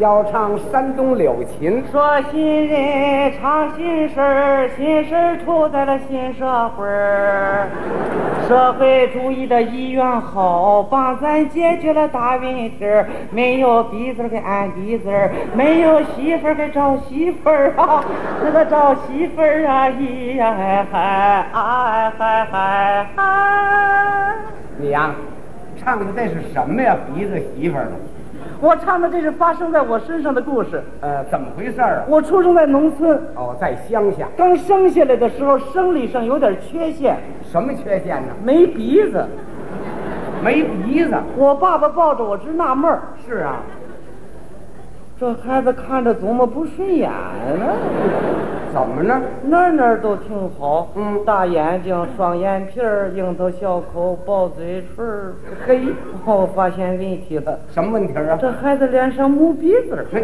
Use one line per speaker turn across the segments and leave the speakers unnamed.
要唱山东柳琴。
说新人唱新事儿，新事儿处在了新社会儿，社会主义的医院好，帮咱解决了大问题儿。没有鼻子儿给俺鼻子儿，没有媳妇儿给找媳妇儿啊， 那个找媳妇儿啊，咿呀哎嗨哎嗨嗨嗨。
你呀、唱的这是什么呀？鼻子媳妇儿呢？
我唱的这是发生在我身上的故事。
呃，怎么回事儿啊？
我出生在农村，
哦，在乡下，
刚生下来的时候，生理上有点缺陷，
什么缺陷呢？
没鼻子。
没鼻子。
我爸爸抱着我直纳闷儿，
是啊，
这孩子看着琢磨不顺眼呢，
怎么呢？
哪哪儿都挺好，
嗯
大眼睛、双眼皮儿、樱桃小口、薄嘴唇儿。
嘿，
我发现问题了，
什么问题儿啊？
这孩子脸上没鼻子儿，
嘿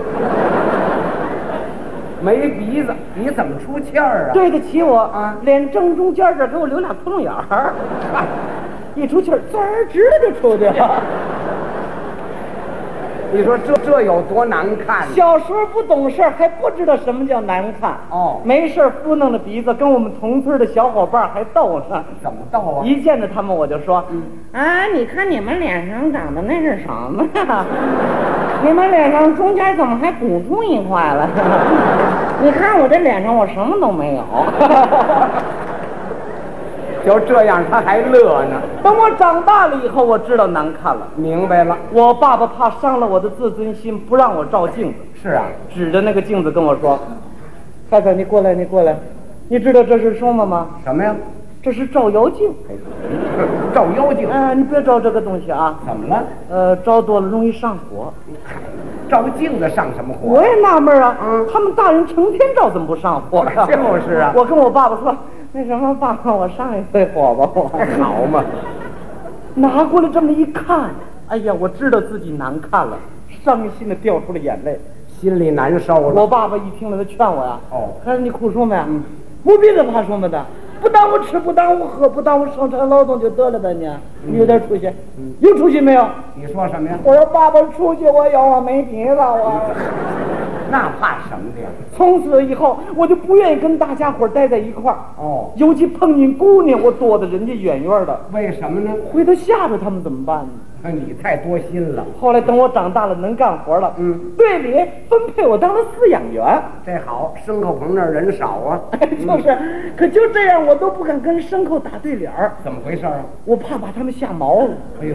没鼻子，你怎么出气儿啊？
对得起我
啊
脸正中间这儿给我留俩窟窿眼儿，哎
啊，
一出气儿滋儿直的就出去了。
你说这这有多难看呢？
小时候不懂事儿，还不知道什么叫难看
哦
没事儿嘟囔着鼻子，跟我们同村的小伙伴儿还逗呢。
怎么逗啊？
一见着他们我就说：“啊，你看你们脸上长的那是什么呀？ 你们脸上中间怎么还鼓出一块来？ 你看我这脸上我什么都没有。
就这样，他还乐呢。”
等我长大了以后，我知道难看了。
明白了，
我爸爸怕伤了我的自尊心，不让我照镜子。
是啊，
指着那个镜子跟我说：“太太，你过来，你过来，你知道这是什么吗？
什么呀？
这是照妖镜。
嘿照妖镜，
嗯、你别照这个东西啊，
怎么了？
呃，照多了容易上火。
照镜子上什么火？
我也纳闷啊，
嗯
他们大人成天照，怎么不上火呀、
就是啊
我跟我爸爸说，那什么，爸爸，我上一回火吧，我
哎好嘛，
啊拿过来这么一看，哎呀，我知道自己难看了，伤心的掉出了眼泪。
心里难受
我
了。
爸爸一听了，他劝我呀，
哦嗯
他说你哭什么呀？不必得怕什么的，不耽误吃，不耽误喝，不耽误生产劳动就得了呗你，
嗯
你有点出息，有出息没有？
你说什么呀？
我说爸爸出息我有，我没鼻子
嗯
我。
那怕什么的呀？
从此以后，我就不愿意跟大家伙儿待在一块儿，
哦，
尤其碰见姑娘，我躲得人家远远的，
为什么呢？
回头吓着他们怎么办呢？
那你太多心了，
后来等我长大了，能干活了，
嗯，
队里分配我当了饲养员。
这好，牲口棚那儿人少啊，
就是，可就这样，我都不敢跟牲口打对脸儿，
怎么回事啊？
我怕把他们吓毛了。
哎呦，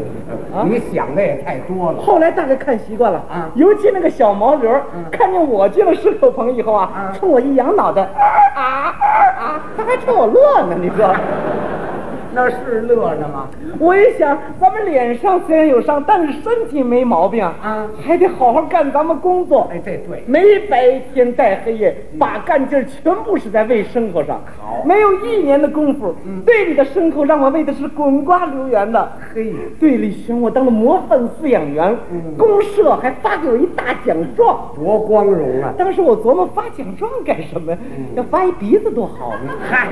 啊
你想的也太多了。
后来大概看习惯了
啊嗯
尤其那个小毛驴儿、看见我进了牲口棚以后啊，
啊
冲我一扬脑袋，啊啊啊，他还冲我乐呢。你说，
啊那是乐呢吗？
我一想，咱们脸上虽然有伤，但是身体没毛病
啊
还得好好干咱们工作。
哎，嗯这对，
没白天带黑夜，把干劲儿全部使在喂牲口上。
好
没有一年的功夫，队里的牲口让我喂的是滚瓜流圆的。
嘿，
队里选我当了模范饲养员，
嗯
公社还发给我一大奖状。
多光荣啊！
当时我琢磨发奖状干什么呀？
嗯
要发一鼻子多好呢！
嗨，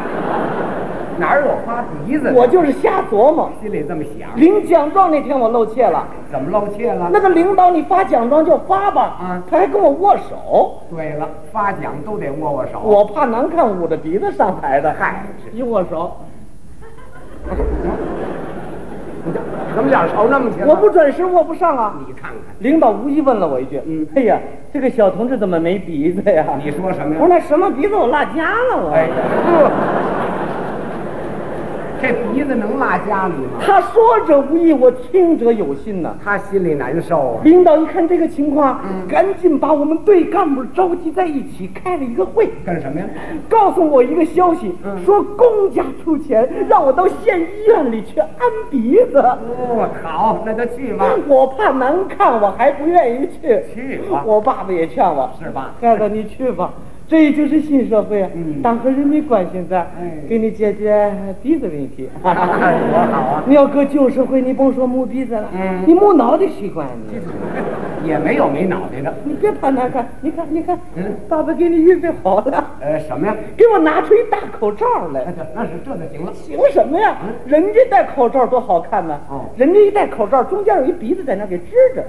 哪儿有发鼻子的？
我就是瞎琢磨。
心里这么想，
领奖状那天我露怯了，
怎么露怯了？
那个领导你发奖状就发吧，
啊
他还跟我握手，
对了，发奖都得握握手。
我怕难看，捂着鼻子上台的，
嗨，
一握手。
怎么脸朝那么去了？
我不，准时握不上啊！
你看看，
领导无意问了我一句：“嗯，哎呀，这个小同志怎么没鼻子呀？”
你说什么
我说
呀？
那什么鼻子我落家了 我。
嗯哎，呵这鼻子能落家里吗？
他说者无意，我听者有心呐。
他心里难受啊。
领导一看这个情况，
嗯
赶紧把我们队干部召集在一起，开了一个会，
干什么呀？
告诉我一个消息，
嗯
说公家出钱让我到县医院里去安鼻子。
哦，好，那就去吧，
我怕难看，我还不愿意去。
去吧
我爸爸也劝我，
是 吧？
太太，你去吧，这就是新社会啊，
嗯
党和人民关心在，
哎
给你解决鼻子问 题。
多好啊！
你要搁旧社会，你甭说木鼻子了，
嗯
你木脑袋谁管你？
也没有没脑袋的。
你别怕难看，你看，你看，
嗯
爸爸给你预备好了，
呃，什么呀？
给我拿出一大口罩
那
来。
就那是这就行了。
行什么呀？人家戴口罩多好看呢、
嗯哦
人家一戴口罩，中间有一鼻子在那给支着，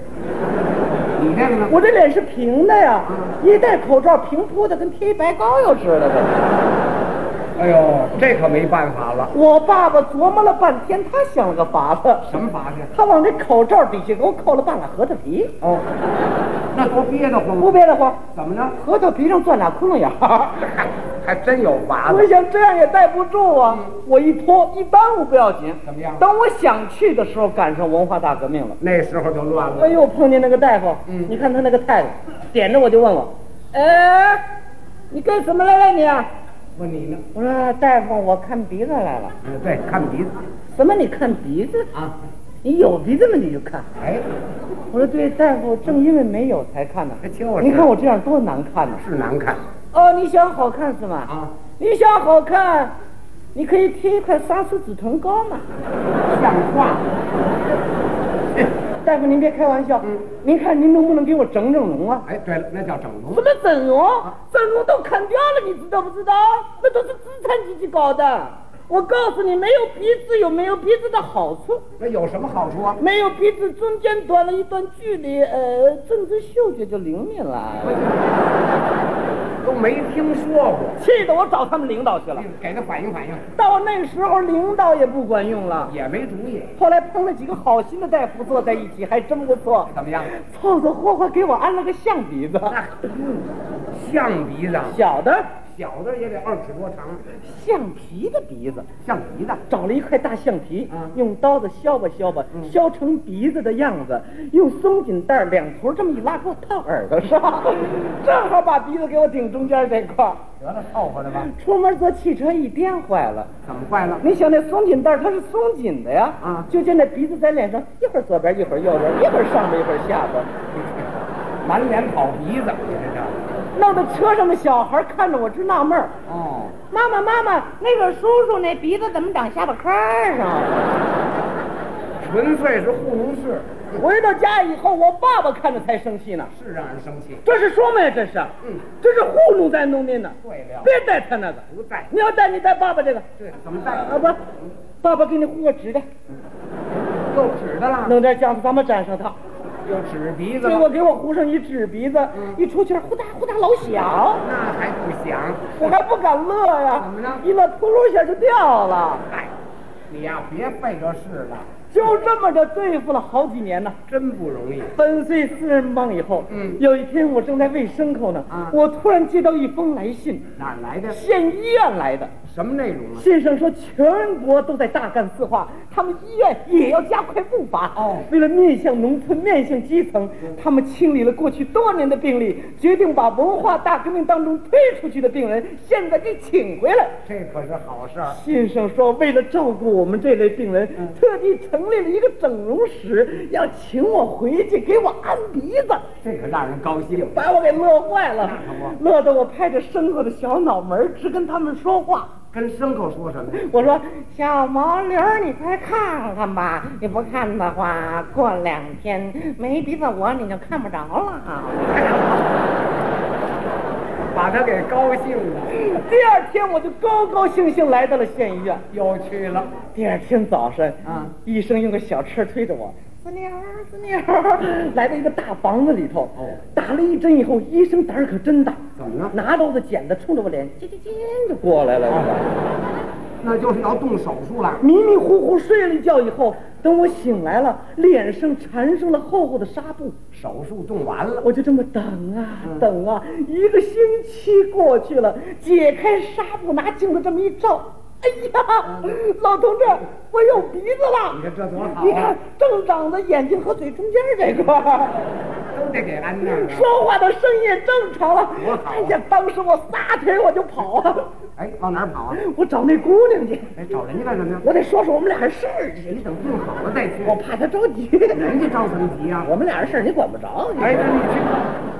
你这个呢？
我这脸是平的呀，
嗯
一戴口罩平铺的，跟贴一白膏药似的呗。
哎呦，这可没办法了。
我爸爸琢磨了半天，他想了个法子，
什么法子？
他往这口罩底下给我扣了半拉核桃皮，
哦，那多憋得
不
慌。
憋得慌，
怎么呢？
核桃皮上钻俩窟窿眼儿。
还 还真有法
我
子。
想这样也戴不住啊，
嗯
我一脱一般我不要紧，
怎么样
等我想去的时候，赶上文化大革命了。
那时候就乱
哎
了。
呦，碰见那个大夫，
嗯
你看他那个态度，点着我就问我，哎，你干什么来了你？啊
问你呢？
我说大夫，我看鼻子来了。
嗯，对，看鼻子
什么？你看鼻子？
啊。
你有鼻子吗？你就看。
哎，
我说对，大夫，正因为没有才看呢。
就是
你看我这样多难看呢、
是难看
哦，你想好看是吗？
啊，
你想好看，你可以贴一块沙司紫唇膏嘛。
像话。
大夫，您别开玩笑，您看您能不能给我整整容啊？
哎，对了，那叫整容
什。么整容？整容都砍掉了，你知道不知道？那都是资产阶级搞的。我告诉你，没有鼻子有没有鼻子的好处，
那有什么好处啊？
没有鼻子中间短了一段距离，呃，政治嗅觉就灵敏了。
都没听说过。
气得我找他们领导去了
你。给他反映反映，
到那时候，领导也不管用了。
也没主意。
后来碰了几个好心的大夫坐在一起，还真不错，
怎么样？啊
凑凑合合给我安了个象鼻子，
象鼻子啊，
小的
小的也得二尺多长，
橡皮的鼻子。
象鼻子。
找了一块大橡皮，
嗯
用刀子削吧削吧，削成鼻子的样子，用松紧带儿两头这么一拉，给我套耳朵上，正好把鼻子给我顶中间这块儿。
得了，凑合了吧？
出门坐汽车一颠坏了，
怎么坏了？
你想那松紧带儿它是松紧的呀，
啊
就见那鼻子在脸上一会儿左边一会儿右边，一会儿上边一会儿下边，
满脸跑鼻子，你这叫。
弄得车上的小孩看着我直纳闷儿。
哦，
妈妈，妈妈，那个叔叔那鼻子怎么长下巴颏儿上啊了？
纯粹是糊弄事，
我回到家以后，我爸爸看着才生气呢。
是让人生气。
这是说明呀，这是，
嗯，
这是糊弄在弄您呢。
对了，
别带他那个，
不在，
你要带你带爸爸这个，
对，怎么在？
啊不，爸爸给你糊个纸的，
够纸的了，
弄点酱子咱们沾上它。
有纸鼻子
给我
了，
给我糊上一纸鼻子，
嗯
一出气儿呼哒呼哒老响，
那还不响？
我还不敢乐呀，
嗯怎么了
一乐扑噜一下就掉了，
嗨，哎你呀、别费这事了，
就这么着对付了好几年呢。
真不容易。
粉碎四人帮以后，
嗯
有一天我正在喂牲口呢，
啊
我突然接到一封来信，
哪儿来的？
县医院来的。
什么内容啊？
信上说，全国都在大干四化，他们医院也要加快步伐。
哦嗯
为了面向农村、面向基层，他们清理了过去多年的病例，决定把文化大革命当中推出去的病人，现在给请回来。
这可是好事儿。
信上说，为了照顾我们这类病人，
嗯
特地成立了一个整容室，要请我回去给我安鼻子。
这可让人高兴。
把我给乐坏了
那啊可，
乐得我拍着牲口的小脑门儿直跟他们说话。
跟牲口说什么？
我说小毛驴儿，你快看看吧，你不看的话，过两天没鼻子我你就看不着了。
把他给高兴的，
嗯第二天我就高高兴兴来到了县医院。
又去了。
第二天早晨，
啊
医生用个小车推着我， 四妞儿四妞儿，来到一个大房子里头。
哦
打了一针以后，医生胆儿可真大，
怎么了
拿刀子剪子冲着我脸，尖尖尖就过来了。
那就是要动手术了。
迷迷糊糊睡了一觉以后，等我醒来了，脸上缠上了厚厚的纱布。
手术动完了，
我就这么等啊
嗯
等啊，一个星期过去了，解开纱布，拿镜子这么一照，哎呀，老同志，我有鼻子了！
嗯你看这多好啊
你看正长在眼睛和嘴中间这块儿，
都得给安那儿了。
说话的声音也正常了
嗯多。好啊
哎呀，当时我撒腿我就跑啊，
哎，往哪儿跑啊？
我找那姑娘去，
哎，找人家干什么呀？
我得说说我们俩事儿去，
你等病好了再去。
我怕她着急。
人家着什么急呀？
我们俩人事儿你管不着，你说
嗯哎，那你去。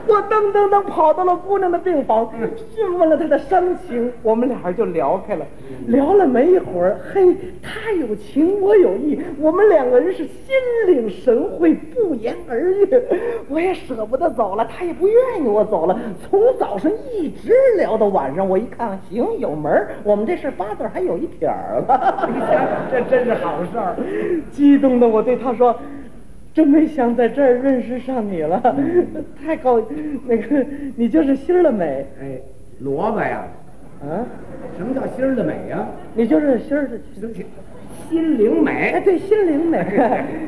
我噔噔噔跑到了姑娘的病房，
嗯
询问了她的伤情，我们俩人就聊开了。聊了没一会儿，嘿，她有情，我有意，我们两个人是心领神会，不言而喻。我也舍不得走了，她也不愿意我走了。从早上一直聊到晚上，我一看行有门儿我们这事儿八字儿还有一撇儿了。
哎 这真是好事儿。
激动的我对他说：“真没想在这儿认识上你了，太高，那个你就是心儿了美，
哎，萝卜呀，
啊，
什么叫心儿的美呀？
你就是心儿的，
什么叫心灵
哎，
美，
对，心灵美，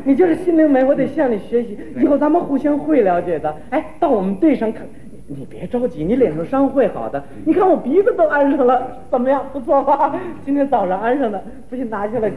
你就是心灵美，我得向你学习，以后咱们互相会了解的。哎，到我们队上看，你别着急，你脸上伤会好的。你看我鼻子都安上了，怎么样？不错吧？今天早上安上的，不信拿下来。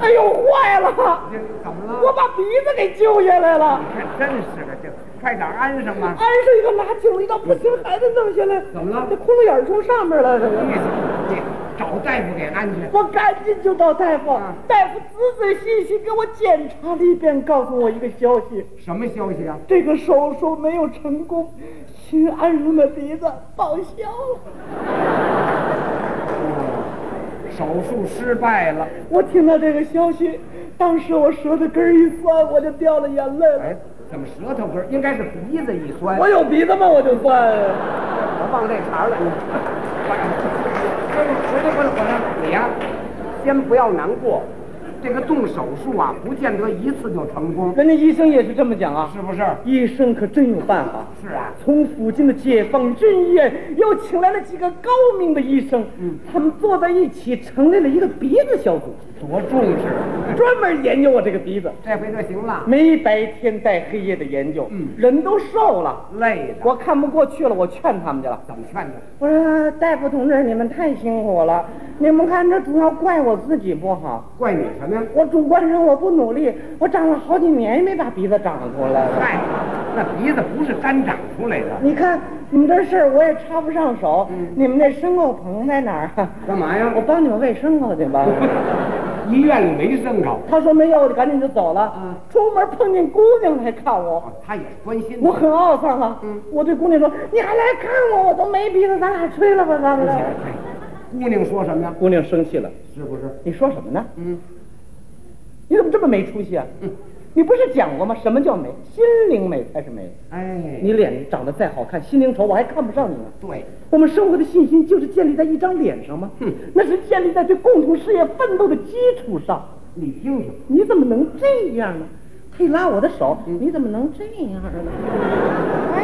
哎呦，坏了！
这怎么
我
了？
把鼻子给揪下来了，
还真是的，这快点安啊上吧
安。上一个拿揪一个，不行，还得弄下来。
怎么了嗯
这窟窿眼儿冲上面了，怎么
意？思，你找大夫给安去。
我赶紧就到大夫
啊，
大夫仔仔细细给我检查了一遍，告诉我一个消息。
什么消息啊？
这个手术没有成功，新安上的鼻子报销了。
哦手术失败了。
我听到这个消息，当时我舌头根儿一酸，我就掉了眼泪了。
哎，怎么舌头根儿？应该是鼻子一酸。
我有鼻子吗？我就酸啊。
我忘这茬了。回来回来回来，你呀、先不要难过。这个动手术啊，不见得一次就成功，
人家医生也是这么讲啊，
是不是？
医生可真有办法。
是啊，
从附近的解放军医院又请来了几个高明的医生，
嗯
他们坐在一起成立了一个鼻子小组，
多重视。
专门研究我这个鼻子。
这回就行了。
没白天带黑夜的研究，
嗯
人都瘦了，
累的，
我看不过去了，我劝他们去了。
怎么劝的？
我说大夫同志，你们太辛苦了，你们看这主要怪我自己不好，
怪你什么呀？
我主观上我不努力，我长了好几年也没把鼻子长出来了。
嗨，那鼻子不是干长出来的，
你看你们这事儿我也插不上手，
嗯
你们那牲口棚在哪儿啊？
干嘛呀
我？帮你们喂牲口去吧。
医院里没牲口，
他说没有，我就赶紧就走了。
嗯
出门碰见姑娘来看我，
哦他也是关心
我
的。
很懊丧啊。我对姑娘说：“你还来看我？我都没鼻子，咱俩吹了吧，咱们俩。
哎姑娘说什么呀”？
姑娘生气了。
是不是？
你说什么呢？
嗯，
你怎么这么没出息啊？你不是讲过吗？什么叫美？心灵美才是美。
哎，
你脸长得再好看，心灵丑，我还看不上你呢。
对，
我们生活的信心就是建立在一张脸上吗？
哼
那是建立在对共同事业奋斗的基础上。
你听听，
你怎么能这样呢？他一拉我的手，你怎么能这样呢？哎，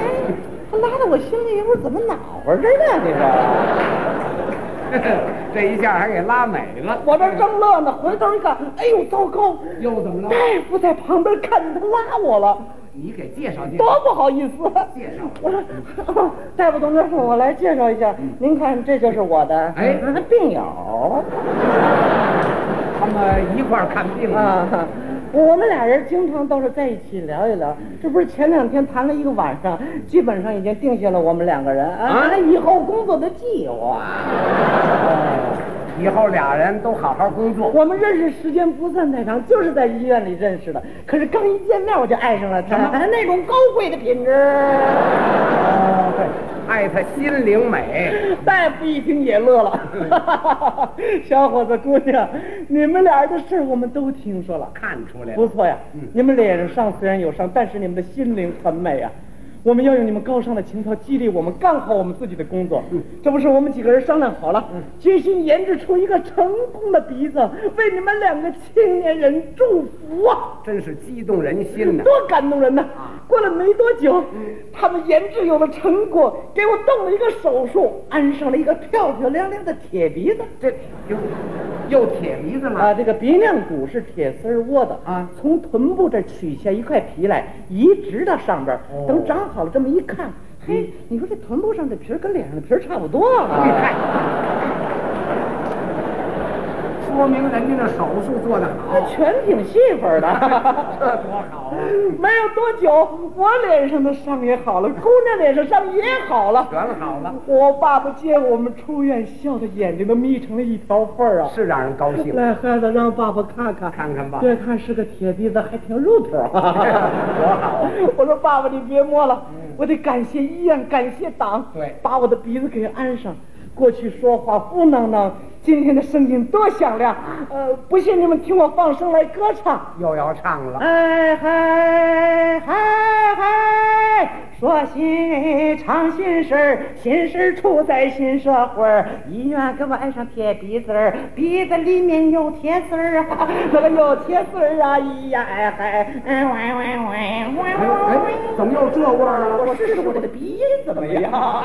他拉到我心里一会儿，怎么哪回事呢？这是。
这一下还给拉美了。
我这正乐呢，回头一看，哎呦，糟糕！
又怎么了
大？夫在旁边看着他拉我了。
你给介绍介
多
绍。
不好意思！
介绍
我说、啊大夫同志，我来介绍一下，您看这就是我的嗯
哎
病友
他们一块儿看病啊。
啊。我们俩人经常倒是在一起聊一聊，这不是前两天谈了一个晚上，基本上已经定下了我们两个人啊
啊
以后工作的计划。
以后俩人都好好工作。
我们认识时间不算太长，就是在医院里认识的，可是刚一见面我就爱上了他，哎那种高贵的品质。
哦，对，爱他心灵美。
大夫一听也乐了，小伙子姑娘，你们俩的事儿我们都听说了，
看出来
不
了，
错呀。你们脸上虽然有伤，但是你们的心灵很美啊。我们要用你们高尚的情操激励我们干好我们自己的工作。这不是我们几个人商量好了，决心研制出一个成功的鼻子，为你们两个青年人祝福啊！
真是激动人心呐！
多感动人呐！过了没多久，他们研制有了成果，给我动了一个手术，安上了一个漂漂亮亮的铁鼻子。
这又又铁鼻子
啊，
了。
这个鼻梁骨是铁丝儿窝的
啊
从臀部这儿取下一块皮来，移植到上边儿，
哦嗯
等长好了，这么一看，嘿，你说这臀部上的皮儿跟脸上的皮儿差不多
你
啊！
看，说明人家这手术做得
那
好，
全挺细粉儿的。
这多好啊！
没有多久，我脸上的伤也好了，姑娘脸上伤也好了，
全好了，
我爸爸接我们出院，笑的眼睛都眯成了一条缝儿啊！
是让人高兴。
来，孩子，让爸爸看看，
看看吧
别看是个铁鼻子，还挺 肉头儿。
多好啊 嗯
我说爸爸，你别摸了，我得感谢医院，感谢党，
对
把我的鼻子给安上。过去说话嘟囔囔，今天的声音多响亮。呃，不信你们听我放声来歌唱。
哎
哎
又要唱了，
哎嗨嗨嗨，
说心肠心事儿，心事儿出在新社会儿。医院给我爱上铁鼻子儿，鼻子里面有铁丝儿啊，那个有铁丝儿啊，咿呀哎嗨，嗯喂喂喂喂
哎
喂
哎
喂。，
怎么又这味儿了？
我试试我这个鼻音怎么样？